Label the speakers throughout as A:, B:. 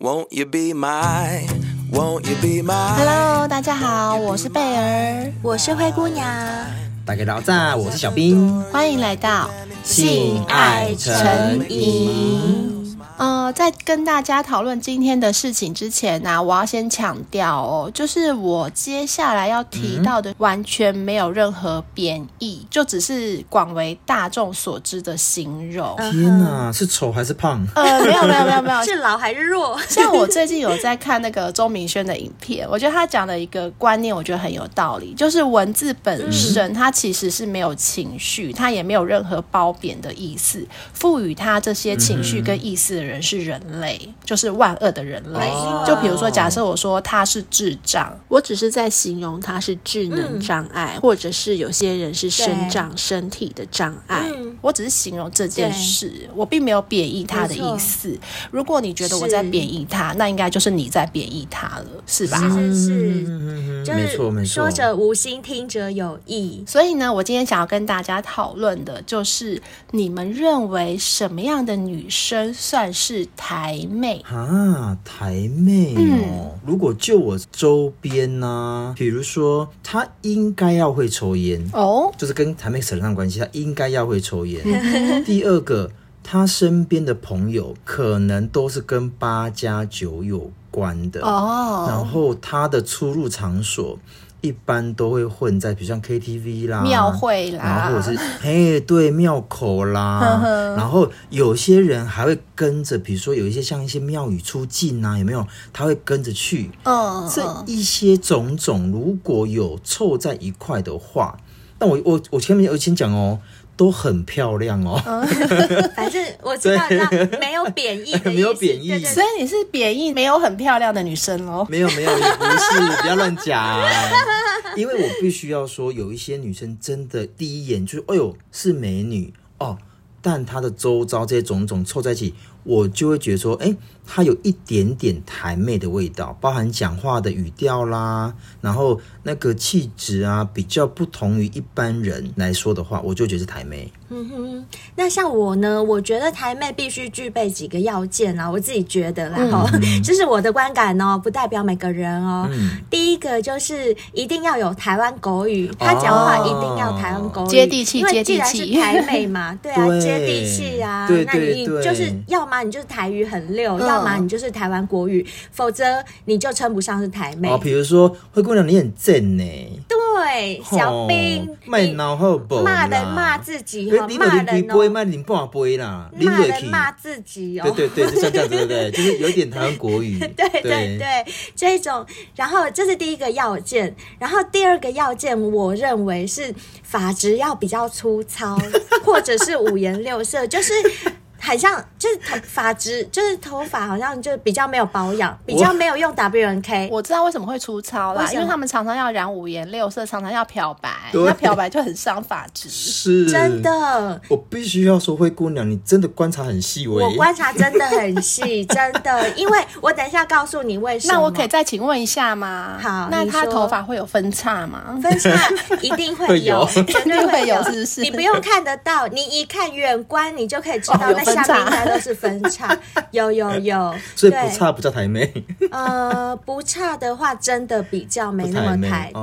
A: Won't you be my? Won't you be my?
B: Hello，大家好，我是贝儿，
C: 我是灰姑娘，
D: 大家早上，我是小兵。
B: 欢迎来到。
D: 性爱成
C: 瘾。
B: 呃，在跟大家讨论今天的事情之前呢、我要先强调哦，就是我接下来要提到的完全没有任何贬义，就只是广为大众所知的形容。
C: 嗯
D: 天哪，是丑还是胖？
B: 呃，没有没有没有 没有，
C: 哦是老还是弱？
B: 像我最近有在看那个钟明轩的影片，我觉得他讲的一个观念，我觉得很有道理，就是文字
C: 嗯
B: 本身它其实是没有情绪，它也没有任何褒贬的意思。赋予它这些情
C: 嗯
B: 绪跟意思的人是人类，就是万恶的人类。
D: 哦
B: 就比如说，假设我说他是智障，我只是在形容他是智能
C: 嗯
B: 障碍，或者是有些人是生长身体的障碍。
C: 嗯
B: 我只是形容这件
C: 对
B: 事，我并没有贬义他的
C: 没错
B: 意思。如果你觉得我在
C: 是
B: 贬义他，那应该就是你在贬义他了，是吧？
C: 是是
D: 嗯
C: 是，
D: 没错
C: 就
D: 没
C: 是
D: 错
C: 说。者无心，听者有 意。
B: 所以呢，我今天想要跟大家讨论的就是，你们认为什么样的女生算是台妹？
D: 啊，台妹哦、如果就我周边呢、比如说她应该要会抽烟，
B: 哦，
D: 就是跟台妹扯上关系，她应该要会抽烟。 第二个，她身边的朋友可能都是跟八加九有关的然
B: 哦，
D: 后他的出入场所一般都会混在，比如像 KTV 啦、
B: 庙会啦
D: 哦然后或者是嘿对庙口啦，然后有些人还会跟着，比如说有一些像一些庙宇出境啊，有没有？他会跟着去。
B: 嗯，
D: 这一些种种，如果有凑在一块的话，但我我我前面我先讲哦，都很漂亮哦。
C: 反正我知道，那没有贬义的意 思，
D: 没有贬义
C: 对对
B: 所以你是贬义没有很漂亮的女生哦喽？
D: 没有没有，也不是，不要乱讲。 因为我必须要说，有一些女生真的第一眼就是，哎呦是美女哦，但她的周遭这些种种凑在一起，我就会觉得说，哎，她有一点点台妹的味道，包含讲话的语调啦，然后那个气质啊，比较不同于一般人来说的话，我就觉得是台妹。
C: 嗯哼，那像我呢，我觉得台妹必须具备几个要件啊，我自己觉得啦，
D: 嗯
C: 哈、 这是我的观感哦，不代表每个人哦。
D: 嗯
C: 第一个就是一定要有台湾口语，
D: 哦
C: 她讲话一定要台湾口语，
B: 接地气
C: 因为既然
B: 接
C: 是
B: 地气
C: 台妹 嘛，对啊，
D: 对
C: 接地气啊，
D: 对
C: 那你
D: 对对
C: 就是要么你就是台语很溜，
B: 嗯
C: 要么你就是台湾国语，否则你就称不上是台妹。
D: 哦，比如说灰姑娘，你很正呢，
C: 对，小兵
D: 哦，卖
C: 你
D: 脑后不
C: 骂人骂自己哈，
D: 你
C: 骂
D: 骂
C: 人
D: 人
C: 哦
D: 杯，骂人半杯啦，
C: 骂
D: 下
C: 人
D: 去
C: 骂自己哦。
D: 对对对，就像这样子，对不对？就是有点台湾国语。对
C: 对对对，这种，然后这是第一个要件，然后第二个要件，我认为是发质要比较粗糙，或者是五颜六色，就是。很像，就是头发质，就是头发好像就比较没有保养，比较没有用 W N K。
B: 我知道为什么会粗糙
C: 为
B: 啦，
C: 什么
B: 因为他们常常要染五颜六色，常常要漂白，
D: 对
B: 那漂白就很伤发质。
D: 是
C: 真。的，
D: 我必须要说，灰姑娘，你真的观察很细微。
C: 我观察真的很细，真的，因为我等一下告诉你为什么。
B: 那我可以再请问一下吗？
C: 好
B: 那
C: 你
B: 她
C: 说
B: 头发会有分叉 吗？
C: 分叉一定会
D: 会
C: 有
D: 有，
C: 绝对
B: 会
C: 会
B: 有是不是
C: 你不用看得到，你一看远观，你就可以知
B: 哦
C: 道
B: 有
C: 那下
B: 分叉
C: 面应该都是分 叉。有有有，
D: 所以
C: 对
D: 不差不叫台妹，
C: 呃，不差的话，真的比较没那么台。
D: 不太妹哦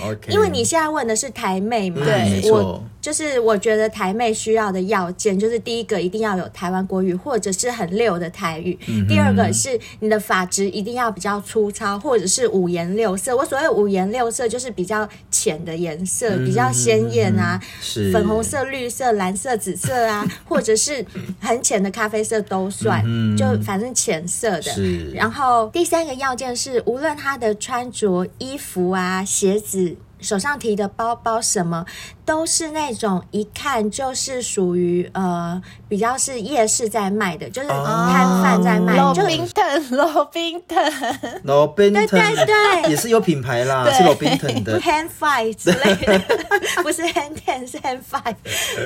C: 对，
D: ，OK
C: 因为你现在问的是台妹嘛，
D: 嗯
B: 对
D: 没
C: 我
D: 错。
C: 就是我觉得台妹需要的要件，就是第一个一定要有台湾国语或者是很溜的台语，
D: 嗯
C: 第二个是你的发质一定要比较粗糙或者是五颜六色。我所谓五颜六色就是比较浅的颜色，
D: 嗯
C: 比较鲜艳啊，
D: 是
C: 粉红色、绿色、蓝色、紫色 啊，或者是很浅的咖啡色都算，
D: 嗯哼
C: 就反正浅色的。
D: 是，
C: 然后第三个要件是，无论他的穿着、衣服啊、鞋子、手上提的包包什么，都是那种一看就是属于呃比较是夜市在卖的，就是摊贩在卖，
D: 哦
B: 罗
C: 就
B: 宾腾，罗宾腾，
D: 老宾腾
C: 对对
D: 也是有品牌啦，
B: 对
D: 是老宾腾 的。
C: hand five 之类的， 不是 hand ten 是 hand five，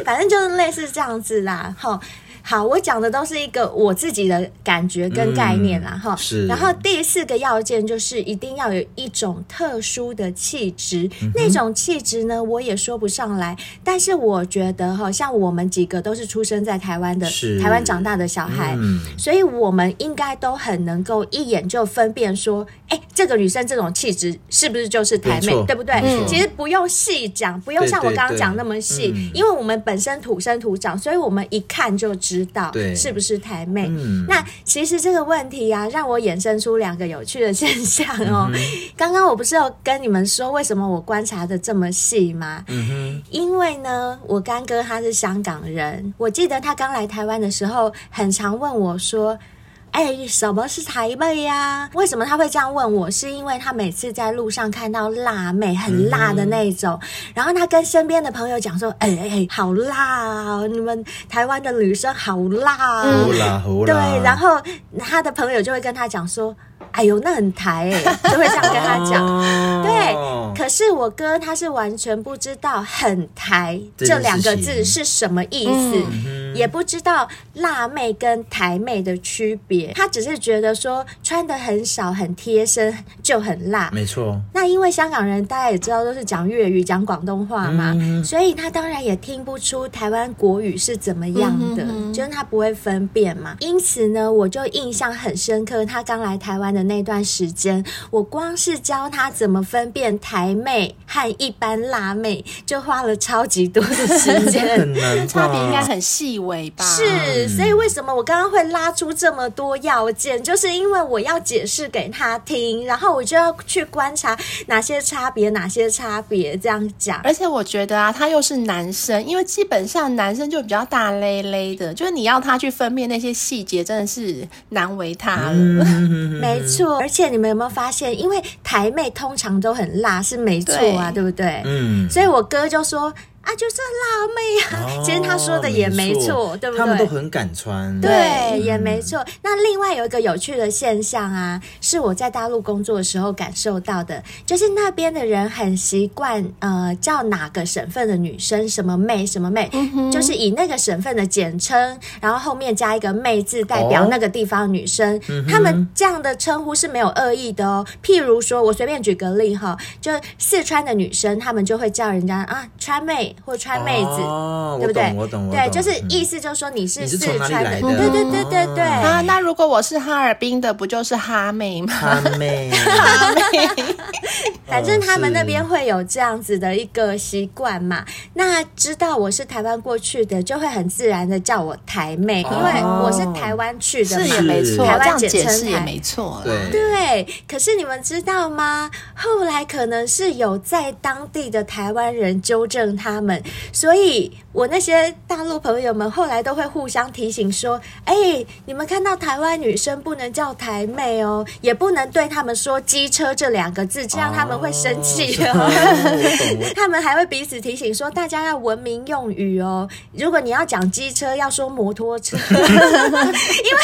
C: 反正就是类似这样子啦，哈。好，我讲的都是一个我自己的感觉跟概念啦，
D: 嗯
C: 哈、
D: 是
C: 然后第四个要件就是一定要有一种特殊的气质，
D: 嗯
C: 那种气质呢，我也说不上来，但是我觉得哈，像我们几个都是出生在台湾的
D: 是，
C: 台湾长大的小孩。
D: 嗯，
C: 所以我们应该都很能够一眼就分辨说，哎、这个女生这种气质是不是就是台
D: 没
C: 妹
D: 错，
C: 对不对？
D: 没错
C: 其实不用细讲，不用像我刚刚讲那么
D: 对
C: 细，
D: 对对嗯
C: 因为我们本身土生土长，所以我们一看就知道
D: 对
C: 是不是台妹。
D: 嗯
C: 那其实这个问题啊，让我衍生出两个有趣的现象哦。
D: 嗯
C: 刚刚我不是有跟你们说为什么我观察的这么细吗？
D: 嗯哼，
C: 因为呢，我干哥他是香港人，我记得他刚来台湾的时候，很常问我说。哎，什么是台妹呀、为什么他会这样问我？是因为他每次在路上看到辣妹，很辣的那一种，
D: 嗯
C: 然后他跟身边的朋友讲说：“哎哎哎，好辣哦！你们台湾的女生好辣哦！”
D: 好啦好
C: 对
D: 啦，，
C: 然后他的朋友就会跟他讲说：“哎呦，那很 台、欸，就会这样跟他讲。
D: 哦
C: 对，可是我哥他是完全不知道“很台”
D: 这件事
C: 这两
D: 情
C: 个
D: 嗯
C: 字是什么意思，也不知道辣妹跟台妹的区别，他只是觉得说穿的很少、很贴身就很辣。
D: 没错，
C: 那因为香港人大家也知道都是讲粤语、讲广东话嘛，所以他当然也听不出台湾国语是怎么样的，就是他不会分辨嘛。因此呢，我就印象很深刻，他刚来台湾的那段时间，我光是教他怎么分辨台妹和一般辣妹，就花了超级多的 时间
D: 很。难
B: 差别应该
D: 吧？
B: 很细微吧？
D: 嗯
C: 是，所以为什么我刚刚会拉出这么多要件，就是因为我要解释给他听，然后我就要去观察哪些差别，哪些差别，这样讲。
B: 而且我觉得啊，他又是男生，因为基本上男生就比较大咧咧的，就是你要他去分辨那些细节，真的是难为他了。
D: 嗯
C: 没错，而且你们有没有发现，因为台妹通常都很辣，是没错啊，对不对？
D: 嗯，
C: 所以我哥就说啊，就是辣妹啊，
D: 哦
C: 其实他说的也没错，对不
D: 他们都
C: 对？
D: 很敢穿，
C: 对，也没错。那另外有一个有趣的现象啊，是我在大陆工作的时候感受到的，就是那边的人很习惯呃叫哪个省份的女生什么妹什么妹，就是以那个省份的简称，然后后面加一个妹字代表
D: 哦
C: 那个地方的女生。他们这样的称呼是没有恶意的哦。譬如说，我随便举个例哈，就四川的女生，她们就会叫人家啊川妹或川妹子。
D: 哦，
C: 对不对？
D: 我懂，我懂，我
C: 对，
D: 懂
C: 就是意
D: 嗯
C: 思就是说你是
D: 你是
C: 四
D: 从哪里
C: 川
D: 来的哦
C: 对对对对对。
B: 啊，那如果我是哈尔滨的，不就是哈妹 吗？
D: 他妹，
B: 哈妹，
C: 反正他们
D: 是
C: 那边会有这样子的一个习惯嘛。那知道我是台湾过去的，就会很自然的叫我台妹，因为我是台湾去的嘛。
B: 是也没错，
C: 台
B: 这
C: 湾
B: 样
C: 简
B: 解
C: 称
B: 释也
C: 台
B: 没错。，
D: 对，
C: 对，可是你们知道吗？后来可能是有在当地的台湾人纠正他们，所以我那些大陆朋友们后来都会互相提醒说：“哎、你们看到台湾女生不能叫台妹哦，也不能对他们说‘机车’这两个字，这样他们会生气
D: 哦
C: 哦。
D: 我懂，我懂
C: 他们还会彼此提醒说，大家要文明用语哦。如果你要讲机车，要说摩托车，因为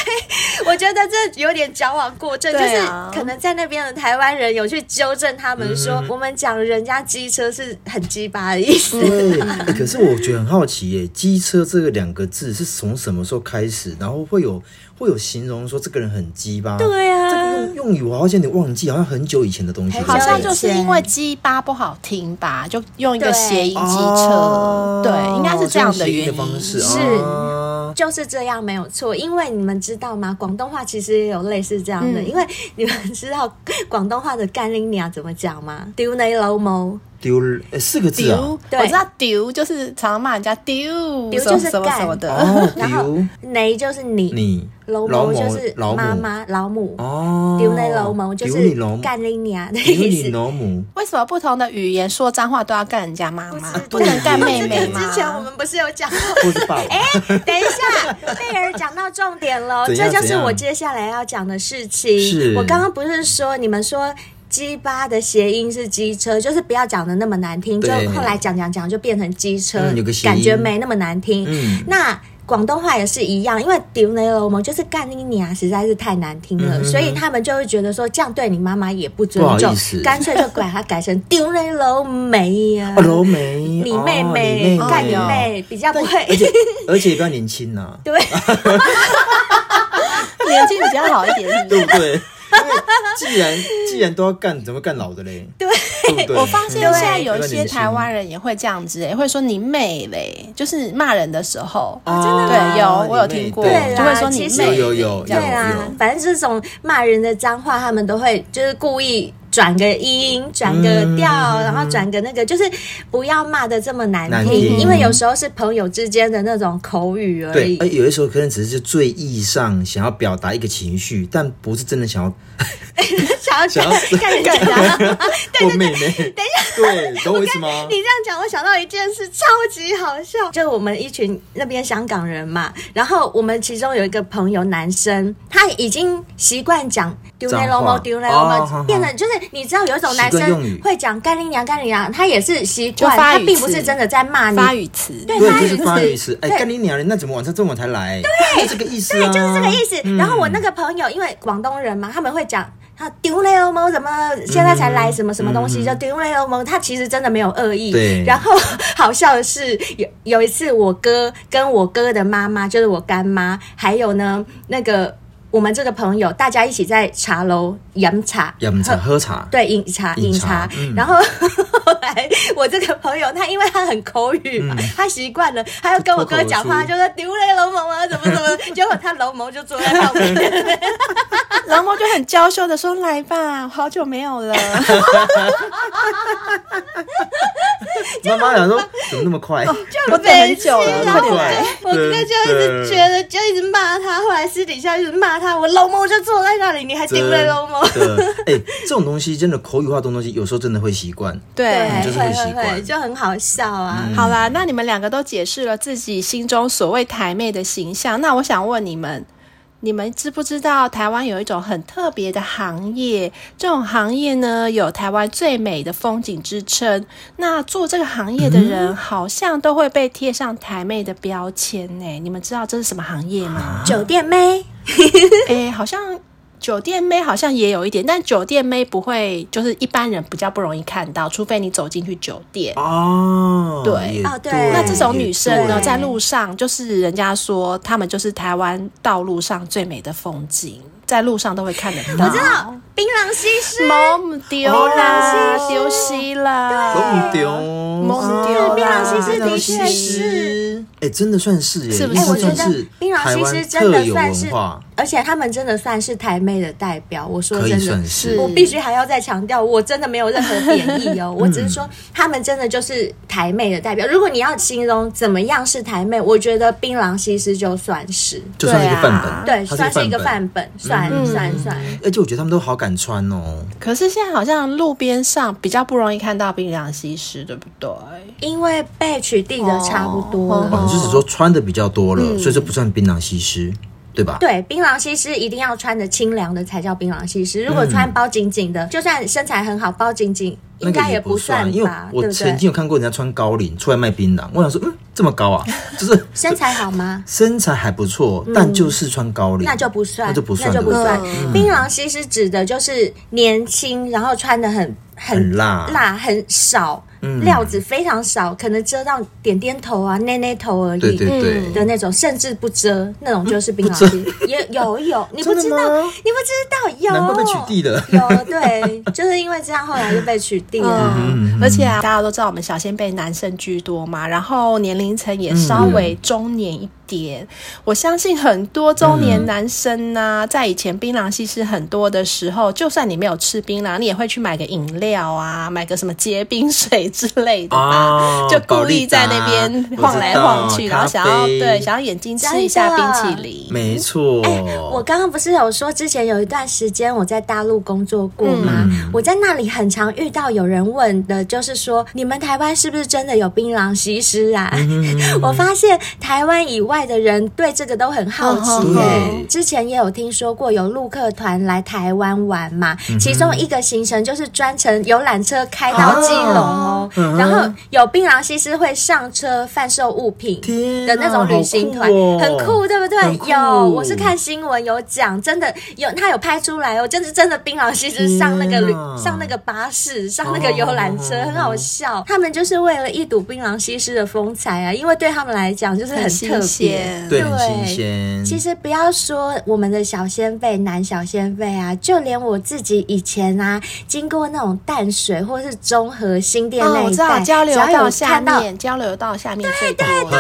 C: 我觉得这有点矫枉过正，
B: 对啊
C: 就是可能在那边的台湾人有去纠正他们说，我们讲人家机车是很鸡巴 的意思。
D: 对、欸可是我觉得很好奇耶，机车这个两个字是从什么时候开始？然后会有会有形容说这个人很鸡巴？
C: 对啊，
D: 用用语我好像有点忘记，好像很久以前的东西了，
B: 好
C: 很久
B: 像
C: 以
B: 就是
C: 前
B: 因为鸡巴不好听吧，就用一个
C: 对
B: 谐音机
D: 哦
B: 车，对，应该是这样
D: 的
B: 的原
D: 方
B: 因。
D: 式
C: 是
D: 啊
C: 就是这样，没有错。因为你们知道吗？广东话其实也有类似这样的，因为你们知道广东话的干拎娘怎么讲吗？丢你老母！
D: 丢了、欸、四个字啊
B: 丢，，
C: 对
B: 我知道丢就是常常骂人家丢，
C: 丢
B: 什么
C: 就是
B: 什么
C: 干
B: 什么的。
D: 哦
C: 然后
D: 丢
C: 你就是你，
D: 你
C: 老
D: 老
C: 母就是
D: 老母
C: 妈妈老母，
D: 哦，
C: 丢那老母就
D: 丢你
C: 是
D: 老母，
C: 干你娘的
D: 丢你
C: 意思。
D: 老母，
B: 为什么不同的语言说脏话都要干人家妈妈
C: 不知，
B: 不能干妹
C: 这
B: 妹
C: 个
B: 吗？
C: 之前我们不是有讲过？
D: 或是爸爸。
C: 等一下，贝尔讲到重点了，
D: 怎样
C: 这就是
D: 怎样
C: 我接下来要讲的事情。
D: 是
C: 我刚刚不是说你们说。鸡巴的谐音是机车，就是不要讲的那么难听，就
D: 对
C: 后来讲讲讲就变成机车，
D: 嗯有个谐音
C: 感觉没那么难听。
D: 嗯
C: 那广东话也是一样，因为丢雷了，我们就是干你娘，实在是太难听了，
D: 嗯哼
C: 所以他们就会觉得说这样对你妈妈也不尊
D: 不好
C: 重
D: 意思，
C: 干脆就把它改成丢雷了没呀、
D: 啊，柔梅，
C: 你
D: 哦
C: 妹妹
D: 你妹
C: 干你
D: 哦
C: 妹，比较不会。
D: 而且而且也不要年轻呐、
C: 对，
B: 年纪比较好一点是不
D: 对
B: 是。
D: 不对？因为既然既然都要干，怎么干老的嘞？对，不对？
B: 我发现
D: 嗯
B: 现在有一些台湾
D: 人
B: 人也会这样子、欸，会说你妹嘞，就是骂人的时候。
D: 啊，真的
B: 对，有我有听过，
C: 对啦
B: 就会说你
C: 其实
B: 妹嘞，
D: 有有有
B: 这
C: 对
B: 样
C: 啦
D: 有，
C: 反正这种骂人的脏话，他们都会就是故意转个音、转个调，
D: 嗯
C: 然后转个那个，就是不要骂的这么难
D: 难
C: 听，
D: 听
C: 因为有时候是朋友之间的那种口语而
D: 对哎
C: 已，。
D: 而有的时候可能只是醉意上想要表达一个情绪，但不是真的 想要
C: 想要
D: 哎想要
C: 干人家。
D: 做妹妹。等一下，对，懂我意思吗
C: 你？这样讲，我想到一件事，超级好笑。就我们一群那边香港人嘛，然后我们其中有一个朋友男生，他已经习惯讲丢内
D: 脏
C: 罗
D: 话
C: 毛丢内
D: 哦
C: 罗
D: 好好
C: 毛，变成就是你知道有一种男
D: 习惯用语
C: 生会讲干你娘干你娘，他也是习惯，
B: 就发语
C: 他
B: 词
C: 并不是真的在骂你，
B: 发语词。
C: 对
D: 对，
C: 发
D: 就是发
C: 语
D: 语
C: 词
D: 词。。哎，干你娘的！那怎么晚上这么晚才来？对，这个意思啊，
C: 就是这个意思。
D: 嗯
C: 然后我那个朋友，因为广东人嘛，他们会讲。他丢嘞哦么？怎么现在才来什么什么东西
D: 嗯
C: 就丢嘞哦么？他其实真的没有恶意。
D: 对
C: 然后好笑的是， 有有一次我哥跟我哥的妈妈，就是我干妈，还有呢那个我们这个朋友，大家一起在茶楼饮茶，
D: 饮茶喝茶，
C: 对，饮茶
D: 饮
C: 饮
D: 茶
C: 茶。
D: 嗯
C: 然后 后来我这个朋友，他因为他很口语嘛，他习惯了，他要跟我
D: 嗯脱
C: 哥
D: 口而
C: 讲话，
D: 出
C: 就说丢嘞龙某啊，怎么怎么， 结果他龙某就坐在旁边，
B: 然后我就很娇羞的说：“来吧，好久没 有了。
D: 妈妈想说怎么那么快？
C: 哦
B: 我等 很久了，
D: 啊
B: 快点来。
C: 我哥就一直觉得，就一直骂他，后来私底下一直骂他，我龙某就坐在那里，你还丢嘞龙哦某。
D: 的，哎、这种东西真的口语化的东西，有时候真的会习惯。”
B: 对，
D: 嗯就是
C: 会
D: 会习
C: 会
D: 惯嗯
C: 会，就很好笑啊！
B: 好啦，那你们两个都解释了自己心中所谓台妹的形象，那我想问你们。你们知不知道台湾有一种很特别的行业？这种行业呢，有台湾最美的风景之称。那做这个行业的人，好像都会被贴上台妹的标签呢、你们知道这是什么行业吗？
C: 酒店妹，
B: 诶、好像酒店妹好像也有一点，但酒店妹不会，就是一般人比较不容易看到，除非你走进去酒店。
D: 哦，
B: 对
D: 也
C: 哦对
B: 那这种女生呢，
D: 也对
B: 在路上就是人家说，她们就是台湾道路上最美的风景，在路上都会看得到。我知道，
C: 槟榔西施，
B: 毛姆丢啦
D: 哦，
B: 丢西啦，
D: 都唔丢，啊
B: 蒙丢
C: 槟榔西施
B: 啦。
C: 的确是，
D: 哎、真的算是耶，
B: 是不
D: 因
B: 是
D: 为
C: 哎，
D: 这
C: 我觉
D: 算
C: 得
D: 是
C: 槟榔
D: 台
C: 西
D: 湾
C: 施真
D: 特
C: 的
D: 有
C: 算
D: 文
C: 是
D: 化，，
C: 而且他们真的算是台妹的代表。我说
D: 可以
C: 真
D: 算
C: 的，
D: 是
C: 我必须还要再强调，我真的没有任何贬 义哦，我只是说他们真的就是台妹的代表。如果你要形容怎么样是台妹，我觉得槟榔西施就算是，
D: 就算是一个
B: 对
D: 范
B: 啊
D: 本，
C: 对，
D: 它
C: 算是一个
D: 范嗯
C: 范本，算算算。
B: 嗯
D: 本。而且我觉得他们都好敢穿哦，
B: 可是现在好像路边上比较不容易看到槟榔西施，对不对？
C: 因为被取缔的差不多
B: 哦
C: 了，
D: 哦，你就是说穿的比较多了，所以说不算槟榔西施，对吧？
C: 嗯对，槟榔西施一定要穿的清凉的才叫槟榔西施。如果穿包紧紧的，就算身材很好，包紧紧
D: 嗯那
C: 应
D: 个
C: 该也
D: 不
C: 算
D: 因为
C: 吧，
D: 我
C: 对不
D: 曾
C: 对？
D: 经有看过人家穿高领出来卖槟榔，我想说，嗯，这么 高啊，就是
C: 身材好吗？
D: 身材还不错，但就是穿高领，
C: 嗯那就不算，
D: 那就不算了，
C: 算
B: 嗯
C: 槟榔西施指的就是年轻，然后穿的很很
D: 很辣
C: 辣很少，
D: 嗯
C: 料子非常少，可能遮到点点头啊、内内头而已。
D: 对对对，
C: 嗯的那种，甚至不遮那种，就是槟榔西施，也有 有，你不知道，
D: 真的吗
C: 你不知道有，
D: 难怪被取缔了。
C: 有对，就是因为这样，后来就被取缔了。
B: 嗯，而且啊，大家都知道我们小仙贝男生居多嘛，然后年龄层也稍微中年一点。我相信很多中年男生呢、在以前槟榔西施很多的时候，就算你没有吃槟榔，你也会去买个饮料啊，买个什么结冰水之类的吧。
D: 啊
B: 就故意在那边晃来晃去，然后想要对想
D: 要，
B: 要眼睛吃一下冰淇淋，
D: 没错，
C: 哎我刚刚不是有说，之前有一段时间我在大陆工作过吗？
D: 嗯
C: 我在那里很常遇到有人问的，就是
D: 嗯
C: 说你们台湾是不是真的有槟榔西施啊？我发现台湾以外外的人对这个都很好奇耶、
D: 嗯对
C: 之前也有听说过有陆客团来台湾玩嘛，
D: 嗯
C: 其中一个行程就是专程游览车开到基隆哦，
D: 啊嗯
C: 然后有槟榔西施会上车贩售物品
D: 天啊
C: 的那种旅行团，
D: 好酷哦
C: 很酷，对不
D: 很
C: 对？
D: 酷
C: 有，我是看新闻有讲，真的有，他有拍出来哦，真是真的槟榔西施上那个旅
D: 天啊
C: 上那个巴士上那个游览车，
D: 哦
C: 很好笑。他们就是为了一睹槟榔西施的风采啊，因为对他们来讲就是
B: 很
C: 特
B: 新
C: 别。
B: 鲜。
D: 对，
C: 对
D: 很新鲜。
C: 其实不要说我们的小先辈、男小先辈啊，就连我自己以前啊，经过那种淡水或是中和新店
B: 哦，
C: 那
B: 我
C: 一
B: 知
C: 带，
B: 道交流
C: 只要
B: 到
C: 有
B: 下
C: 看到
B: 面，交流到下面最多。
D: 很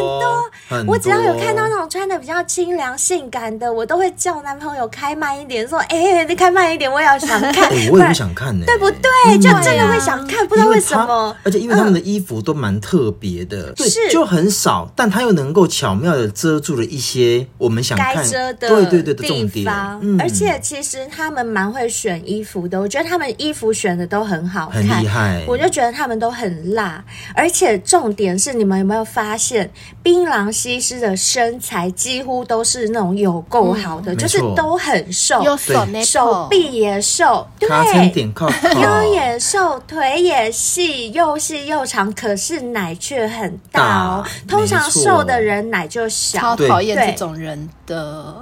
D: 多，哦很
C: 我只要有看到
D: 多
C: 那种穿的比较清凉、性感的，我都会叫男朋友开慢一点，说：“哎、你开慢一点，我也要想看。
D: 哎
C: 不
D: 我也
C: 然
D: 会想看呢、嗯啊
C: 对不对？就真的会想看，不知道
D: 因
C: 为
D: 为
C: 什么嗯
D: 他。而且因为他们的衣服都蛮特别的，对
C: 是
D: 就很少，但它又能够巧妙的遮住了一些我们想
C: 该
D: 看
C: 遮的
D: 对对对的重
C: 地
D: 点
C: 方，，
D: 嗯
C: 而且其实他们蛮会选衣服的，我觉得他们衣服选的都很好看，
D: 很厉害
C: 我就觉得他们都很辣，而且重点是，你们有没有发现，槟榔西施的身材几乎都是那种有够好的，
D: 嗯
C: 就是
D: 没错
C: 都很瘦，
B: 有手
D: 对
B: 那
C: 手臂也瘦，对，
D: 咔撑点靠靠，
C: 腰也瘦，腿也细，又细又长，可是奶却很大哦。
D: 大
C: 通常
D: 没错
C: 瘦的人奶就小
B: 超，
D: 对
B: 讨厌
C: 对
B: 这种人的。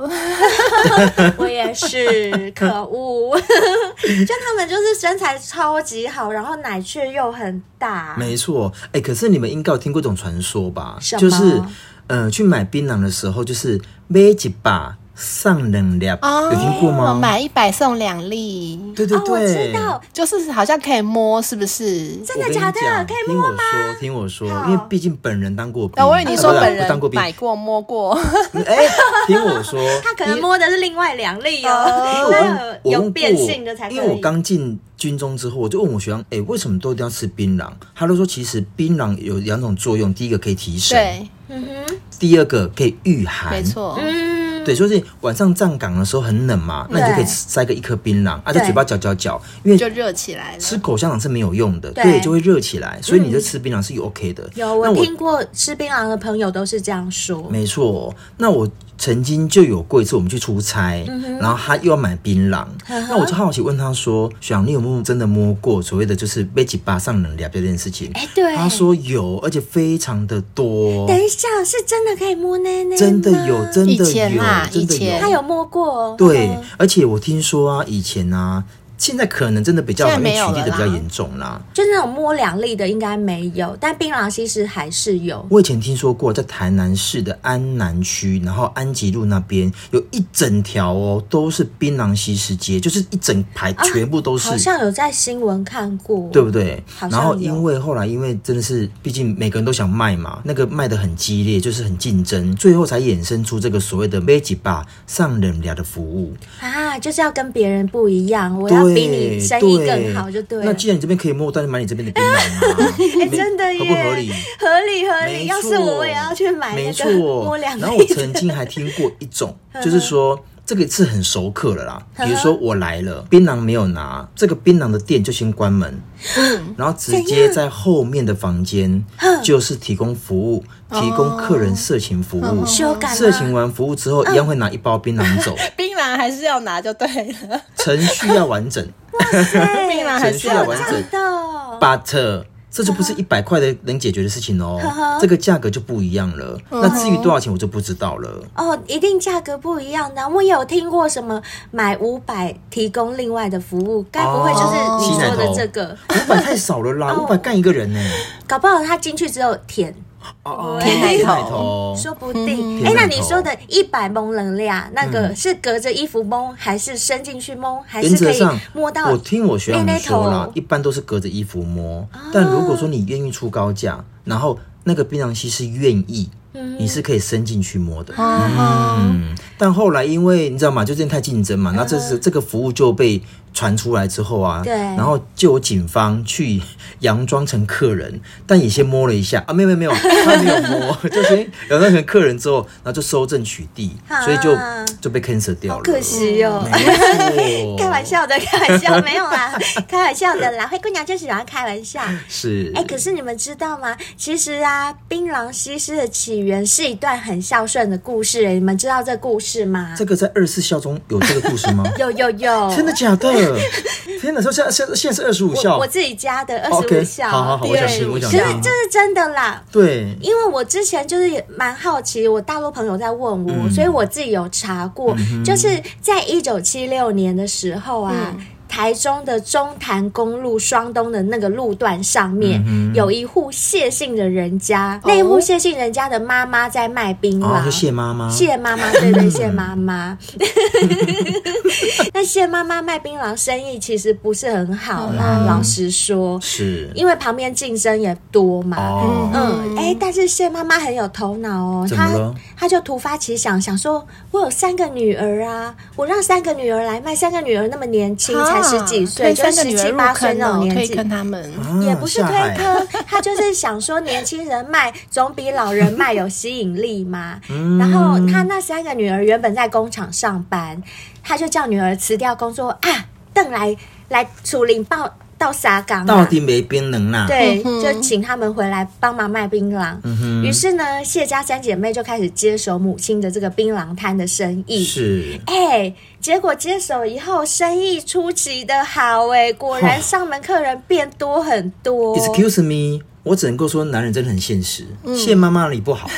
C: 我也是， 可恶！ 就他们就是身材超级好，然后奶却又很大，
D: 没错，哎、可是你们应该有听过一种传说吧？
C: 什么
D: 就是，呃，去买槟榔的时候，就是买一把上两粒，
B: 哦
D: 有听过吗？
B: 买一百送两粒，
D: 对对
C: 哦，我知
D: 对，
C: 道，
B: 就是好像可以摸，是不是？
C: 真
D: 我
C: 的
D: 跟你
C: 假的？
D: 讲
C: 可以摸吗？
D: 听我说，听我
C: 好
D: 说，因为毕竟本人当过兵。
B: 那我以为你说
D: 啊不是
B: 本
D: 不当过
B: 人
D: 兵，
B: 买过摸过，
D: 哎，听我说，
C: 他可能摸的是另外两粒
D: 因
C: 哦，
D: 为
C: 那
D: 我问我
C: 有
D: 问
C: 有
D: 过
C: 变性的才可以。
D: 因为我刚进军中之后，我就问我学长，哎、为什么都一定要吃槟榔？他都说其实槟榔有两种作用，第一个可以提神，
B: 对，
C: 嗯哼，
D: 第二个可以御寒。
B: 没。错，
C: 嗯，
D: 对，就是晚上站岗的时候很冷嘛，那你就可以
C: 对
D: 塞个一颗槟榔啊，在
C: 对
D: 嘴巴嚼嚼嚼，因
B: 就
D: 为
B: 热起来了。
D: 吃口香糖是没有用的，
C: 对嗯
D: 对，就会热起来，所以你就吃槟榔是 OK 的。
C: 有
D: 那
C: 我听过吃槟榔的朋友都是这样说。
D: 没错，那我曾经就有过一次，我们去出差，
C: 嗯
D: 然后他又要买槟榔，那我就好奇问他说：“小杨，你有没有真的摸过所谓的就是被几巴上能聊这件事情？”
C: 哎对
D: 他说有，而且非常的多，
C: 等一下，是真的可以摸奶奶？
D: 哦真的有，。真的有，
B: 以前啦
D: 真的
B: 以前
C: 他有摸过哦，
D: 对
C: 嗯，
D: 而且我听说啊，以前啊，现在可能真的比较好，
B: 现
D: 因
B: 在
D: 为
B: 没有
D: 取缔的
B: 了
D: 比较
B: 啦
D: 严重啦。
C: 就是那种摸两粒的应该没有，但槟榔西施还是有。
D: 我以前听说过，在台南市的安南区，然后安吉路那边有一整条哦，都是槟榔西施街，就是一整排全部都是，
C: 好像有在新闻看过，
D: 对不对
C: 好？像
D: 然后
C: 有
D: 因为后来因为真的是，毕竟每个人都想卖嘛，那个卖的很激烈，就是很竞争，最后才衍生出这个所谓的 Magic Bar 上人聊的服务。
C: 啊，就是要跟别人不一样，我
D: 对，
C: 要比你生意更好就对了。
D: 那既然你这边可以摸，我当然买你这边的槟榔啊
C: ，哎、真的耶，
D: 合不合理？
C: 合理合理。
D: 没
C: 要
D: 错，
C: 是我，我也要去买那
D: 没
C: 个
D: 错
C: 摸，两
D: 然后我
C: 粒的。嗯
D: 曾经还听过一 种，就是说。这个是很熟客了啦，比如说我来了，槟榔没有拿，这个槟榔的店就先关门，
C: 嗯
D: 然后直接在后面的房间就是提供服务，提供客
C: 哦
D: 人色情服务，
C: 修改吗
D: 色情完服务之
C: 嗯
D: 后一样会拿一包槟榔走，
B: 槟榔还是要拿就对了，
D: 程序要完整
C: 哦对
B: 槟榔还
D: 程
B: 是
D: 序
B: 要
D: 要
B: 拿
D: 完整
C: 哎真的，
D: ，but 这就不
C: 嗯
D: 是一百块的能解决的事情哦，这个价格就不一样了。
C: 嗯
D: 那至于多少钱我就不知道了。
C: 哦，一定价格不一样的。啊我有听过什么买五百提供另外的服务，该不会
D: 哦
C: 就是你说的这个？哦
D: 五百太少了啦，五百干一个人呢、
C: 搞不好他进去只有舔，
D: 哦
C: 甜奶
B: 头
D: 头
C: 说不定。
D: 嗯
C: 哎、
D: 甜
C: 那
D: 奶
C: 你
D: 头嗯
C: 说的一百蒙能量，那个是隔着衣服蒙，还是伸进去蒙，还
D: 原
C: 是
D: 则
C: 可以
D: 上
C: 摸到？
D: 我听我学长
C: 奶奶
D: 说啦
C: 头，啊
D: 一般都是隔着衣服摸。但如果说你愿意出高价，然
C: 嗯
D: 后那个槟榔西是愿意，你是可以伸进去摸的。
B: 哦，
D: 嗯，但后来因为你知道吗，就这太竞争嘛，那这是这个服务就被传出来之后啊，
C: 嗯对
D: 然后就有警方去佯装成客人，但也先摸了一下啊，没有没有 没有，他没有摸，就先佯装成客人之后，然后就搜证取缔，所以就
C: 啊
D: 就被 cancel 掉
C: 好
D: 了。
C: 可惜哦。
D: 没错
C: 开玩，笑的，开玩笑，没有啦， 开玩笑的啦。灰姑娘就喜欢开玩笑。
D: 是
C: 哎、可是你们知道吗？其实啊，槟榔西施的起源是一段很孝顺的故事、哎，你们知道这故事吗？
D: 这个在二十四孝中有这个故事吗？
C: 有有有，
D: 真的假的？天哪！说现在现在现在是二十五
C: 我
D: 孝哦
C: 我，自己家的二十
D: OK，
C: 五孝，
D: 好好好我想
C: 对
D: 听我想
C: 可是
D: 听
C: 这是真的啦。
D: 对，
C: 因为我之前就是也蛮好奇，我大陆朋友在问我，所以我自己有查过，就是在一九七六年的时候啊。台中的中潭公路双东的那个路段上面，有一户谢姓的人家，那一户谢姓人家的妈妈在卖槟榔，
D: 哦，是谢妈妈，
C: 谢妈妈，对对，谢妈妈。 那谢妈妈卖槟榔生意其实不是很好啦，老实说，
D: 是
C: 因为旁边竞争也多嘛。
D: 哦，
C: 嗯，哎、但是谢妈妈很有头脑哦，
D: 怎么
C: 她
D: 了
C: 她就突发奇想，想说我有三个女儿啊，我让三个女儿来卖，三个女儿那么年轻，才
B: 啊
C: 十几岁，
B: 推
C: 就
B: 三个
C: 十
B: 女
C: 七
B: 儿
C: 八
B: 入
C: 岁
B: 坑
C: 那种
B: 哦，
C: 年
B: 推
C: 纪，
B: 坑他们。
D: 啊
C: 也不是
D: 下
C: 推
D: 海
C: 坑， 他就是想说年轻人卖总比老人卖有吸引力嘛。
D: 嗯
C: 然后他那三个女儿原本在工厂上班，他就叫女儿辞掉工作啊，邓来来处理报到沙岗、啊，
D: 到底没冰啊能啦，
C: 对，
B: 嗯哼
C: 就请他们回来帮忙卖槟榔。
D: 嗯哼
C: 于是呢，谢家三姐妹就开始接手母亲的这个槟榔摊的生意。
D: 是
C: 哎，结果接手以后，生意出奇的好 哎，
D: 哦
C: 果然上门客人变多很多。
D: Excuse me，我只能够说男人真的很现实，
C: 嗯
D: 谢妈妈你不 好，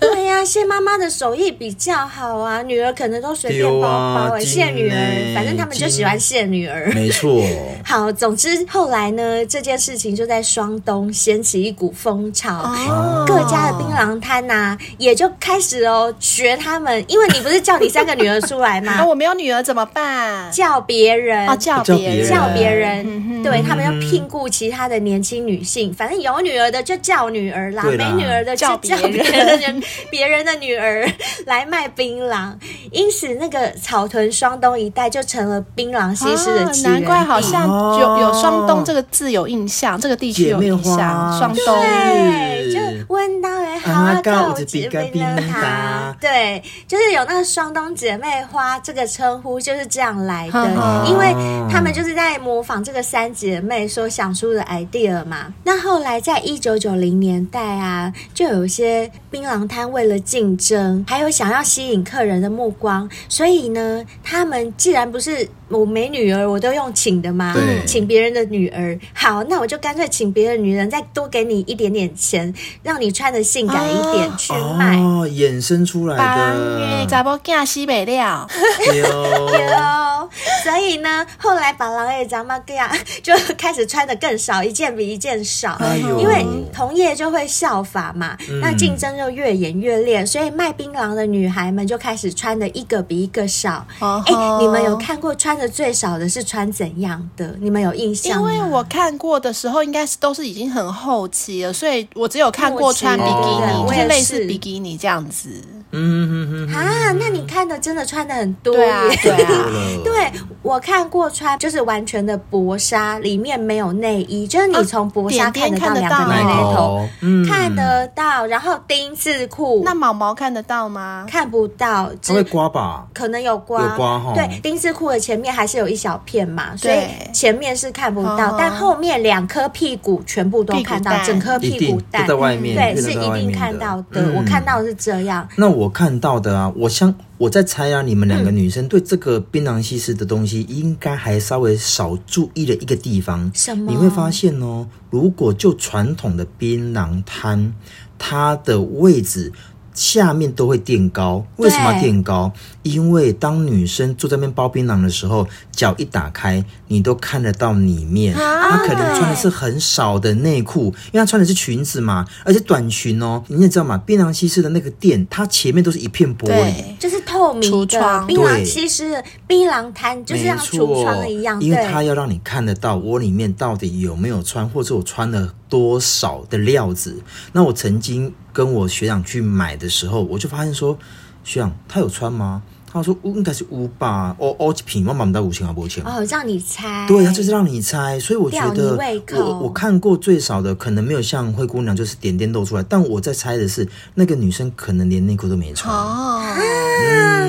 C: 对呀、谢妈妈的手艺比较好啊，女儿可能都随便包包、
D: 对
C: 哎，
D: 啊
C: 谢女
D: 金
C: 儿，
D: 呢
C: 反正他们就喜欢谢女儿。
D: 没 错，
C: 好，总之后来呢，这件事情就在双东掀起一股风
D: 啊
C: 潮，
B: 哦
C: 哦各家的槟榔摊呐、也就开始哦学他们，因为你不是叫你三个女儿出来
B: 啊，
C: 吗？
B: 我没有女儿怎么办？
C: 叫别人
B: 啊，叫
D: 叫
B: 别人，
C: 叫别
B: 嗯
C: 人，
B: 哼
C: 对他们要聘雇其他的年轻女性，反正有女儿的就叫女儿啦，
D: 对
C: 没
D: 啦
C: 女儿的就
B: 叫
C: 叫
B: 别人
C: 别人的人 别人的女儿来卖槟榔，因此那个草屯双东一带就成了槟榔西施的起源
B: 啊难
C: 地。
B: 怪好像
D: 哦
B: 有有双东这个字有印象，这个地区有印
D: 姐
B: 象，
D: 妹花
B: 双东。
C: 对，就问到哎，好啊，
D: 啊
C: 告
D: 告
C: 知
D: 知
C: 槟
D: 比干槟
C: 榔
D: 榔
C: 塔
D: 塔，
C: 对，就是有那个双东姐妹花这个称呼就是这样来的
B: 哦，
C: 因为他们就是在模仿这个三姐妹所想出的 idea 嘛。那后来在一九九零年代啊，就有一些槟榔摊为了竞争，还有想要吸引客人的目光，所以呢，他们既然不是我没女儿，我都用请的嘛，
D: 对
C: 请别人的女儿。好，那我就干脆请别的女人，再多给你一点点钱，让你穿的性感一点去卖。
D: 哦，衍生出来哎
B: 八月
D: 的，
B: 查某囝西北料，
D: 有
C: 哦，所以呢，后来把狼也咱们这样就开始穿的更少，一件比一件少，
D: 哎呦
C: 因为
B: 哦
C: 同业就会效法嘛，
B: 嗯
C: 那竞争就越演越烈，所以卖槟榔的女孩们就开始穿的一个比一个少。
B: 哦
C: 哎、
B: 吼
C: 你们有看过穿的最少的是穿怎样的？你们有印象
B: 因
C: 吗？
B: 为我看过的时候，应该是都是已经很后期了，所以我只有看过穿比基
D: 哦
B: 尼，
C: 我
B: 就
C: 也是
B: 是类似比基尼这样子。
D: 嗯嗯嗯嗯，
C: 啊，那你看的真的穿的很多
B: 对啊
C: 耶，
B: 对啊
D: 多了，
C: 对我看过穿就是完全的薄纱，里面没有内衣，就是你从薄纱
B: 啊
C: 看
B: 点
C: 得
B: 点
C: 到两个
B: 看得
C: 奶
B: 到
C: 奶头，
D: 哦，嗯
C: 看，得到，然后丁字裤
B: 那哦毛毛看得到吗？
C: 看不到，
D: 它会
C: 只
D: 刮吧？
C: 可能有刮，
D: 有刮吼
C: 对，丁字裤的前面还是有一小片嘛，所以
B: 对
C: 前面是看不
B: 嗯
C: 到
B: 哼，
C: 但后面两颗屁股全部都
B: 屁股
C: 看到，
B: 蛋
C: 整颗
D: 一
C: 屁股
D: 定
C: 蛋
D: 就在。外面，
C: 对，
D: 就是在
C: 一
D: 外
C: 定
D: 面
C: 看到的。
D: 嗯
C: 我看到的是这样，
D: 那我看到的啊，我相我在猜啊，你们两个女生对这个槟榔西施的东西，应该还稍微少注意了一个地方。
C: 什么
D: 你会发现哦，如果就传统的槟榔摊，它的位置。下面都会垫高，为什么要
C: 对
D: 垫高？因为当女生坐在那边包槟榔的时候，脚一打开，你都看得到里面。
C: 啊
D: 她可能穿的是很少的内裤，因为她穿的是裙子嘛，而且短裙哦。你也知道嘛，槟榔西施的那个店，它前面都是一片玻璃。
B: 对，
C: 就是透明
B: 橱
C: 的
B: 窗
C: 槟榔，
D: 对
C: 西施槟榔摊就是像
D: 没
C: 橱
D: 错，
C: 窗一样，
D: 因为它
C: 对，
D: 要让你看得到我里面到底有没有穿，或者我穿了多少的料子。那我曾经跟我学长去买的时候，我就发现说，学长他有穿吗？他说应该是五吧，哦哦，一瓶我买不到五千啊，五千。
C: 哦，让你猜，
D: 对，他就是让你猜，所以我觉
C: 吊
D: 得
C: 你胃口
D: 我我看过最少的，可能没有像灰姑娘就是点点露出来，但我在猜的是那个女生可能连内裤都没穿，
B: 哦，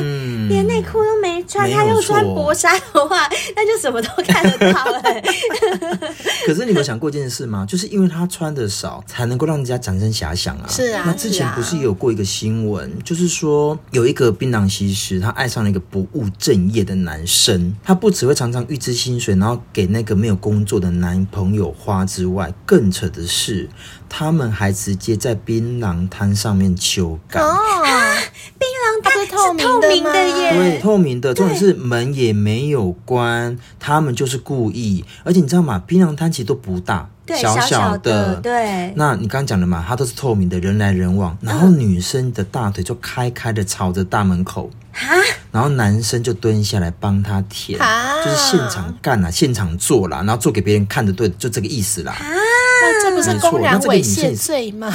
D: 嗯，
C: 连内裤都没穿，
D: 没有
C: 他又穿
D: 错
C: 薄纱的话， 那就什么都看得到 了。
D: 可是你们想过一件事吗？ 就是因为她穿的少，才能够让人家产生遐想啊。
B: 是啊
D: 那之
B: 是
D: 前
B: 啊
D: 不是也有过一个新闻，就是说有一个槟榔西施，她爱上了一个不务正业的男生。她不只会常常预支薪水，然后给那个没有工作的男朋友花之外，更扯的是，他们还直接在槟榔摊上面求干。
B: 哦
C: 哦
B: 槟榔它是透
C: 是透明
B: 吗
C: 的耶
D: 对，透明的，重点是门也没有关，他们就是故意。而且你知道吗？槟榔摊其实都不大，
C: 对，
D: 小
C: 小
D: 的，
C: 的，
B: 哎
C: 对，
D: 那你刚刚讲的嘛，它都是透明的，人来人往，
B: 嗯
D: 然后女生的大腿就开开的朝着大门口，然后男生就蹲下来帮她舔，
B: 啊
D: 就是现场干啦，现场做啦，然后做给别人看的，对，就这个意思啦，
B: 那这不是
D: 没错
B: 公然
D: 那这个
B: 猥
D: 女生也
B: 亵
D: 是
B: 罪吗？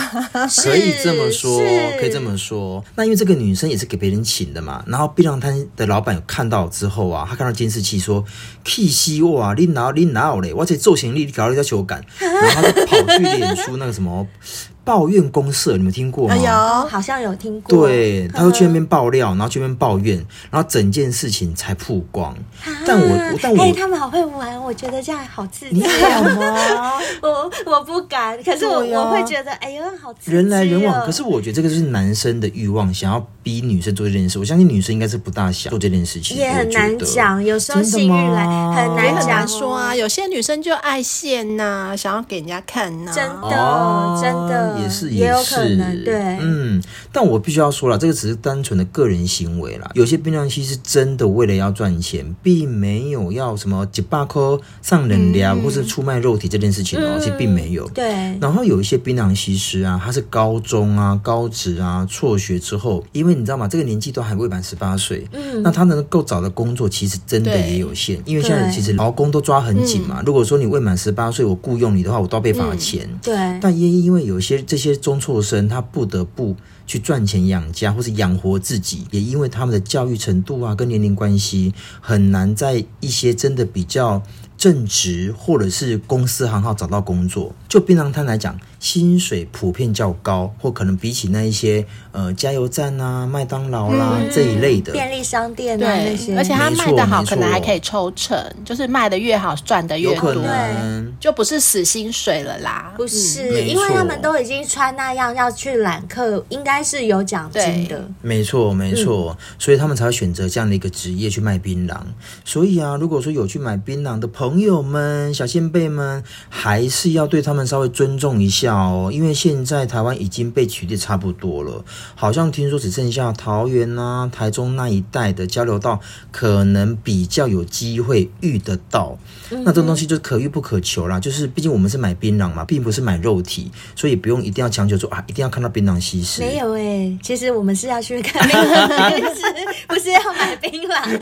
D: 可以这么说
C: 是，
D: 可以这么说。那因为这个女生也是给别人请的嘛，然后槟榔摊的老板有看到之后啊，他看到监视器说，气死我啊，你哪你哪有嘞，我这做行李搞到要求感，然后他就跑去脸书那个什么抱怨公社，你们听过吗？
B: 哎
C: 哦，
B: 呦，
C: 好像有听过。
D: 对，他就去那边爆料，然后去那边抱怨，然后整件事情才曝光。但我，但
C: 哎、
D: 我，
C: 他们好会玩，我觉得这样好刺
D: 你啊
C: 激。啊哦
D: 敢 吗？
C: 我我不敢，可是我、
B: 对呀
C: 我会觉得，哎呦，好刺激、哦。
D: 人来人往，可是我觉得这个就是男生的欲望，想要逼女生做这件事。我相信女生应该是不大想做这件事情，
C: 也很
D: 我觉
C: 难
D: 得
C: 讲，有时候
D: 真的
C: 性欲
D: 吗
C: 来很
B: 也
C: 难
D: 哦
B: 很
C: 讲
B: 难说啊。。有些女生就爱现呐、想要给人家看呐、
C: 真的，
D: 哦
C: 真的，
D: 也是
C: 也有
D: 是
C: 可能，对，
D: 嗯，但我必须要说了，这个只是单纯的个人行为啦。有些槟榔西是真的为了要赚钱，并没有要什么几百块上人聊、
C: 嗯
D: 或是出卖肉体这件事情哦、其实并没有。
C: 对，
D: 然后有一些槟榔西施啊，他是高中啊、高职啊辍学之后，因为你知道吗？这个年纪都还未满十八岁，嗯，那他能够找的工作其实真的
B: 对
D: 也有限，因为现在
C: 对嗯
D: 其实劳工都抓很紧嘛。如果说你未满十八岁，我雇佣你的话，我都要被罚钱。
C: 对，
D: 但也因为有些这些中辍生，他不得不去赚钱养家，或是养活自己，也因为他们的教育程度啊跟年龄关系，很难在一些真的比较正职或者是公司行号找到工作。就槟榔摊来讲，薪水普遍较高，或可能比起那一些呃加油站啊、麦当劳啦、这一类的，
C: 便利商店啊那些，
B: 对，而且它
D: 没错
B: 卖的好，
D: 没错
B: 可能还可以抽成，就是卖的越好，赚的
D: 有
B: 越
D: 可
B: 多，
D: 能。
B: 就不是死薪水了啦。
C: 不是、
D: 嗯没
C: 因为他
D: 错
C: 们都已经穿那样要去揽客，应该是有奖金的。
D: 没
C: 嗯
D: 错，没错，所以他们才会选择这样的一个职业去卖槟榔。所以啊，如果说有去买槟榔的朋友们、小先辈们，还是要对他们稍微尊重一下哦，因为现在台湾已经被取缔差不多了，好像听说只剩下桃园啊、台中那一带的交流道，可能比较有机会遇得到。
C: 嗯
D: 那这种东西就可遇不可求啦，就是毕竟我们是买槟榔嘛，并不是买肉体，所以不用一定要强求说啊，一定要看到槟榔西施。
C: 没有哎、其实我们是要去看槟榔， 不是不是要买槟榔。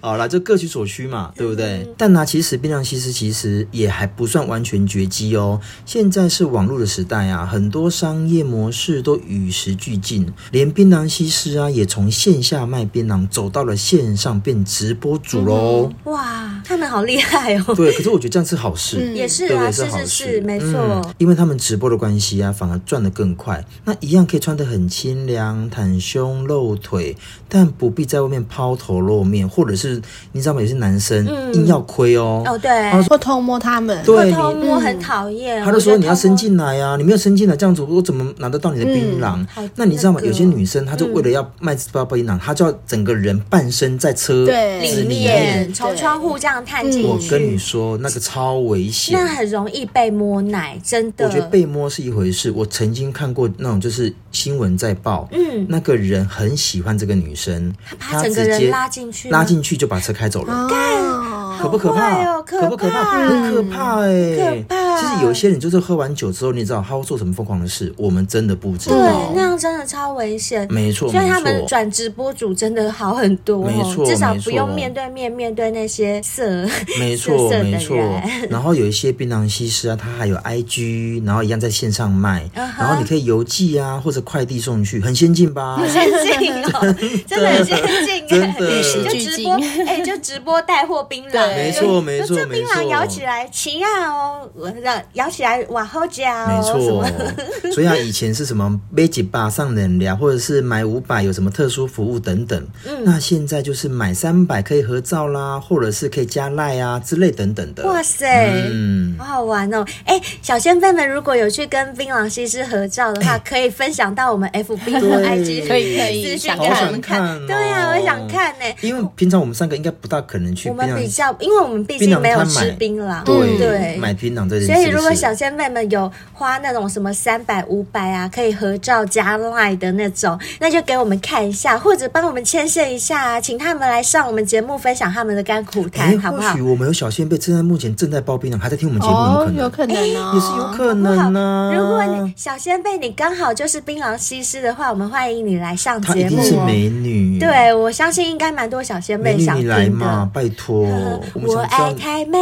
D: 好啦，就各取所需嘛，对不对？但呢、其实槟榔西施其实也还不算完全绝迹哦。现在是网络的时代啊，很多商业模式都与时俱进，连槟榔西施啊，也从线下卖槟榔走到了线上变直播主喽。
C: 哇，他们好厉害哦！
D: 对，可是我觉得这样是好事。
C: 也是
D: 对不
C: 啊，
D: 对？
C: 是
D: 好
C: 是
D: 事，
C: 是，没错。
D: 嗯因为他们直播的关系啊，反而赚得更快。那一样可以穿得很清凉、袒胸露腿，但不必在外面抛头露面，或者是你知道吗？有些男生硬要亏哦，
C: 嗯哦，对，
B: 嗯或偷摸他们，
D: 对
C: 偷
D: 你。嗯
C: 摸很讨厌。
D: 他就
C: 我觉
D: 说
C: 得
D: 你要
C: 偷摸
D: 伸进来啊，你没有伸进来，这样子我怎么拿得到你的槟榔？
C: 嗯好
D: 那你知道吗？
C: 那个
D: 有些女生她就为了要卖这包槟榔，她就要整个人半身在车
B: 对
D: 子
C: 里
D: 里
C: 面，
D: 面。
C: 从窗户这样探进
D: 嗯
C: 去，
D: 我跟你说，那个超危险，
C: 那很容易被摸奶，真的。
D: 我觉得被摸是一回事，我曾经看过那种就是新闻在报，嗯，那个人很喜欢这个女生，
C: 把
D: 他
C: 整个
D: 直
C: 人
D: 接
C: 拉进去吗
D: 拉进去就把车开走了，
B: 哦，
D: 可不可
C: 好坏
D: 怕？
C: 哦可
D: 可不可怕？
C: 怕
D: 很可怕哎、
C: 可怕
D: 其实有一些人就是喝完酒之后，你知道他会做什么疯狂的事，我们真的不知
C: 对
D: 道。，
C: 那样真的超危险。
D: 嗯没错，
C: 所以
D: 没
C: 他们
D: 错。
C: 转直播主真的好很多、
D: 没
C: 哦，
D: 错
C: 至少
D: 没
C: 不用
D: 错
C: 面对面面对那些色，
D: 没错，
C: 色色的
D: 没错
C: 人。
D: 然后有一些槟榔西施啊，它还有 IG，然后一样在线上卖，
C: 嗯
D: 然后你可以邮寄啊，或者快递送去，很先进 吧？
C: 先进哦， 真的很先进
D: 真
C: 哎、
D: 的与时
C: 就
B: 俱
C: 直播哎、就直播带货槟榔，
B: 对
D: 没
C: 就
D: 错，没
C: 就
D: 错，
C: 这
D: 没
C: 槟榔摇起
D: 错。
C: 来，奇亚哦，我让摇起来哇好假
D: 没
C: 哦，什么
D: 错，所以啊，以前是什么买几把上能量，或者是买五百有什么特殊服务等等。
C: 嗯
D: 那现在就是买三百可以合照啦，或者是可以加赖啊之类等等的。
C: 哇塞。
D: 嗯，
C: 好好玩哦！哎、小先辈们，如果有去跟槟榔西施合照的 话，可以分享到我们 FB 和
D: 对
C: IG，
B: 可以可以
C: 私讯
B: 想
C: 给我们
D: 看好想看哦
C: 对啊，我想看呢、
D: 因为平常我们三个应该不大可能去
C: 我
D: 槟
C: 们比
D: 榔，
C: 较，因为我们毕
D: 槟
C: 竟
D: 榔
C: 没有
D: 摊买
C: 吃槟榔，
D: 对
C: 对，
D: 买槟榔这件事。
C: 所以，如果小仙妹们有花那种什么三百、五百啊，可以合照加 line 的那种，那就给我们看一下，或者帮我们牵线一下、啊，请他们来上我们节目分享他们的甘苦
D: 哎，
C: 谈，好不
D: 或
C: 好
D: 许？我们有小先辈正在目前正在包槟榔，还在听我们节目，
B: 哦，
D: 有
B: 有可
D: 可
B: 能哦，
D: 能也是有可能啊呢、
C: 如果你小仙贝你刚好就是槟榔西施的话，我们欢迎你来上
D: 她
C: 节
D: 一
C: 目
D: 定是
C: 哦。
D: 美女，，
C: 对，我相信应该蛮多小仙
D: 美
C: 妹
D: 女
C: 想
D: 你来
C: 听
D: 嘛
C: 的。，
D: 拜 托，们
C: 我
D: 想知道
C: 爱太美，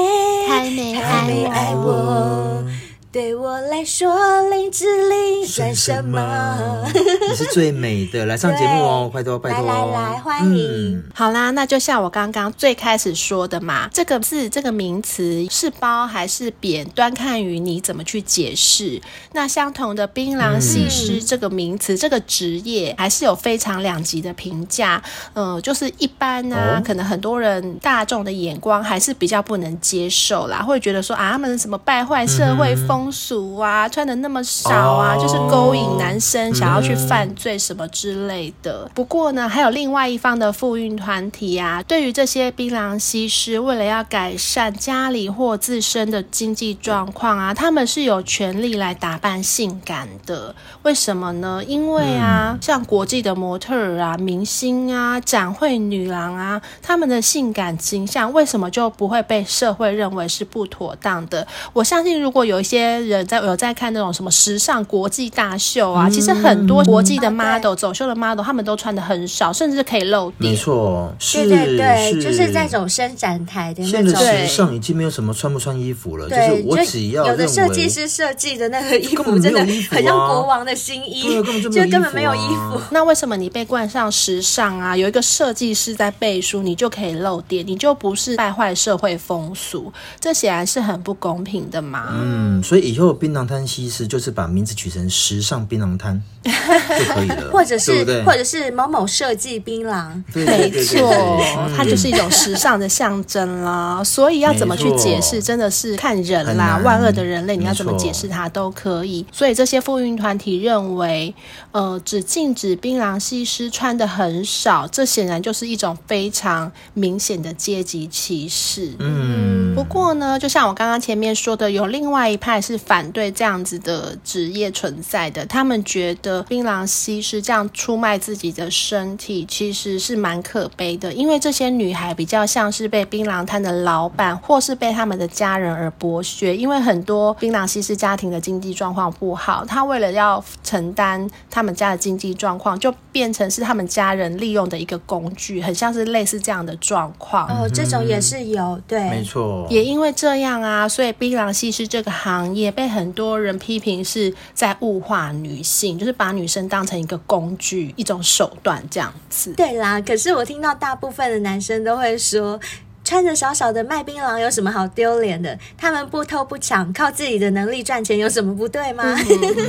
B: 太美
C: 太美爱我，对我来说零至零算
D: 算
C: 什
D: 什
C: 么
D: 么？？你是最美的，来上节目哦，拜托拜托，
C: 来来来欢迎
D: 嗯
B: 好啦，那就像我刚刚最开始说的嘛，这个字这个名词是褒还是贬，端看于你怎么去解释。那相同的槟榔西施
D: 嗯
B: 这个名词，这个职业还是有非常两极的评价。呃，就是一般呢、
D: 哦
B: 可能很多人大众的眼光还是比较不能接受啦，会觉得说啊，他们什么败坏社会风俗啊，穿的那么少啊，
D: 嗯哦嗯
B: 就是勾引男生想要去犯罪什么之类的。不过呢，还有另外一方的妇运团体啊，对于这些槟榔西施，为了要改善家里或自身的经济状况啊，他们是有权利来打扮性感的。为什么呢？因为啊，像国际的模特儿啊、明星啊、展会女郎啊，她们的性感形象为什么就不会被社会认为是不妥当的？我相信，如果有一些人在有在看那种什么时尚国际大秀啊，其实很多国际的
C: 啊
B: model、走秀的 model，他们都穿的很少，甚至可以露
D: 没
B: 点。
D: 错，是
C: 对对对，
D: 是
C: 就是那种伸展台的那
D: 现在
C: 种，
D: 的
B: 对
D: 时尚已经没有什么穿不穿衣服了，就
C: 对，
D: 是我只要
C: 有的
D: 认
C: 设计
D: 为
C: 师设计的那个衣
D: 根
C: 服
D: 本没
C: 真
D: 有
C: 的
D: 衣服啊
C: 很像国王的新衣，
D: 对啊根本就没有
C: 根本没有
D: 衣
C: 衣
D: 服啊
C: 服。
B: 那为什么你被冠上时尚啊？有一个设计师在背书，你就可以露点，你就不是败坏社会风俗，这显然是很不公平的嘛。
D: 嗯，所以以后槟榔摊西施就是把名字取成时尚槟榔 摊就可以了，
C: 或者
D: 对
C: 是
D: 不对
C: 或者是某某设计槟榔，
D: 对对
B: 没
D: 对嗯对
B: 错
D: 对，
B: 它就是一种时尚的象征啦。所以要怎么去解
D: 没
B: 释，
D: 错
B: 真的是看人
D: 很
B: 啦。
D: 难
B: 万恶的人类，你要
D: 没
B: 怎么
D: 错
B: 解释它都可以。所以这些妇运团体认为，呃，只禁止槟榔西施穿的很少，这显然就是一种非常明显的阶级歧视。
D: 嗯，
B: 不过呢，就像我刚刚前面说的，有另外一派是反对这样子的职业存在的。他们觉得槟榔西施这样出卖自己的身体，其实是蛮可悲的，因为这些女孩比较像是被槟榔摊的老板或是被他们的家人而剥削。因为很多槟榔西施家庭的经济状况不好，她为了要承担他们家的经济状况，就变成是他们家人利用的一个工具，很像是类似这样的状况。
C: 哦，这种也是有，
D: 嗯没
C: 对，
D: 错，
B: 也因为这样啊，所以槟榔西施这个行业被很多人批评是在物化女性，就是把女生当成一个工具、一种手段这样子。
C: 对啦。可是我听到大部分的男生都会说。穿着小小的卖槟榔有什么好丢脸的？他们不偷不抢，靠自己的能力赚钱有什么不对吗？
D: 嗯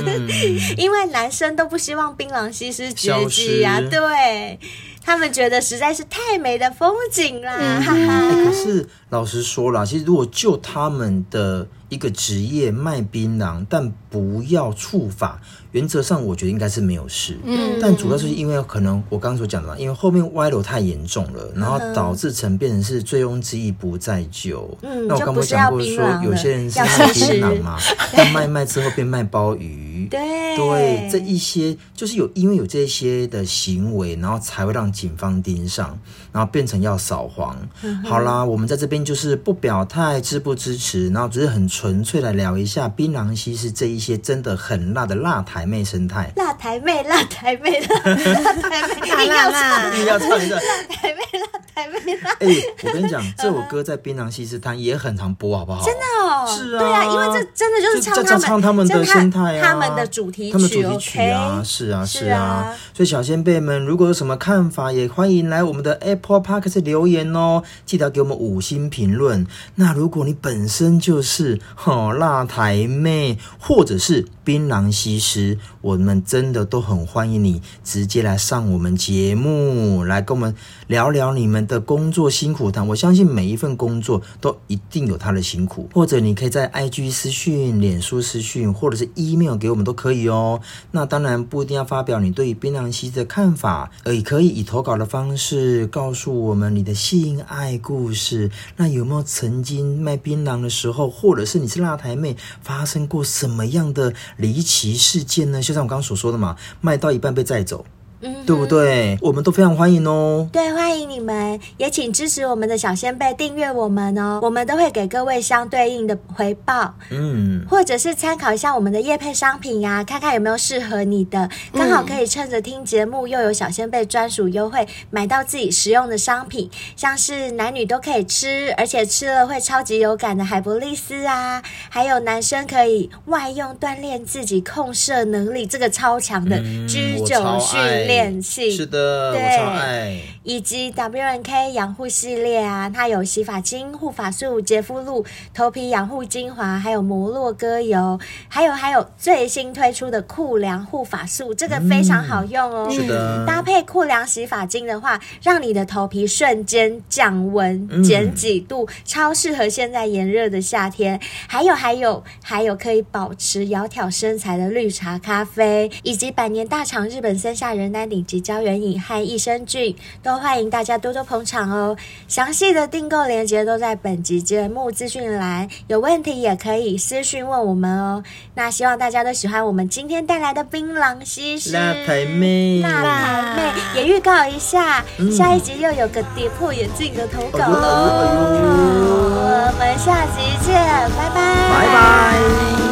C: 因为男生都不希望槟榔西施绝迹呀、
D: 消失
C: 对他们觉得实在是太美的风景啦，哈
D: 哎
C: 哈。
D: 可是老实说啦，其实如果就他们的一个职业卖槟榔，但不要触法，原则上我觉得应该是没有事。
B: 嗯
D: 但主要是因为可能我刚刚所讲的嘛，因为后面歪楼太严重了，然后导致成变成是醉翁之意不在酒。
C: 嗯
D: 那我
C: 就
D: 刚
C: 不
D: 刚
C: 是
D: 讲
C: 要
D: 过
C: 槟
D: 说
C: 榔，
D: 有
C: 了
D: 些人是
C: 要
D: 卖
C: 吃
D: 槟榔嘛，但卖一卖之后变卖鲍鱼，育，
C: 对
D: 对这一些，就是有因为有这些的行为，然后才会让警方盯上，然后变成要扫黄。
C: 嗯
D: 好啦，我们在这边就是不表态支不支持，然后只是很纯粹的聊一下槟榔西施这一些真的很辣的辣台妹生 态。
C: 辣台妹，辣台妹， 辣台妹，一定要唱，
D: 一定要唱一 下，
C: 辣台妹，辣台妹，辣
D: 哎、我跟你讲，这首歌在槟榔西施摊也很常播，好不好？真的
C: 哦
D: 是啊
C: 对啊，因为这真的就是
D: 就就
C: 唱
D: 唱他们的
C: 真
D: 生态啊，
C: 他们的主题
D: 他们
C: 曲
D: 主题曲啊，
C: ，OK，
D: 是啊，
C: 是
D: 是啊
C: 啊。
D: 所以小先辈们，如果有什么看法，也欢迎来我们的 Apple Park 留言哦，记得给我们五星评论。那如果你本身就是哦辣台妹，或者是槟榔西施，我们真的都很欢迎你直接来上我们节目，来跟我们聊聊你们的工作辛苦谈。我相信每一份工作都一定有它的辛苦，或者你可以在 IG 私讯、脸书私讯，或者是 email 给我们都可以哦。那当然不一定要发表你对于槟榔西的看法，呃，也可以以投稿的方式告诉我们你的性爱故事。那有没有曾经卖槟榔的时候，或者是你是辣台妹，发生过什么样的离奇事件呢？就像我刚刚所说的嘛，卖到一半被载走，
C: 嗯
D: 对不对？我们都非常欢迎哦。
C: 对，欢迎你们，也请支持我们的小先辈订阅我们哦，我们都会给各位相对应的回报，
D: 嗯，
C: 或者是参考一下我们的业配商品呀、看看有没有适合你的，
D: 嗯
C: 刚好可以趁着听节目又有小先贝专属优惠，买到自己实用的商品，像是男女都可以吃，而且吃了会超级有感的海博利斯啊，还有男生可以外用锻炼自己控射能力，这个超强的
D: 嗯
C: G
D: 我
C: 九
D: 超
C: 训
D: 爱
C: 练器，
D: 是的，我
C: 对
D: 超爱。
C: 以及 W N K 养护系列啊，它有洗发精、护发素、洁肤露、头皮养护精华，还有摩洛哥油，还有还有最新推出的酷凉护发素，这个非常好用哦。
D: 嗯是的
C: 搭配酷凉洗发精的话，让你的头皮瞬间降温
D: 嗯
C: 减几度，超适合现在炎热的夏天。还有还有还有可以保持窈窕身材的绿茶咖啡，以及百年大厂日本森下仁丹顶级胶原饮和益生菌，都欢迎大家多多捧场哦。详细的订购链接都在本集节目资讯栏，有问题也可以私讯问我们哦。那希望大家都喜欢我们今天带来的槟榔西施
D: 辣台妹
C: 辣台妹也预告一下，下一集又有个跌破眼镜的投稿哦喽。我们下集见，拜拜，
D: 拜拜。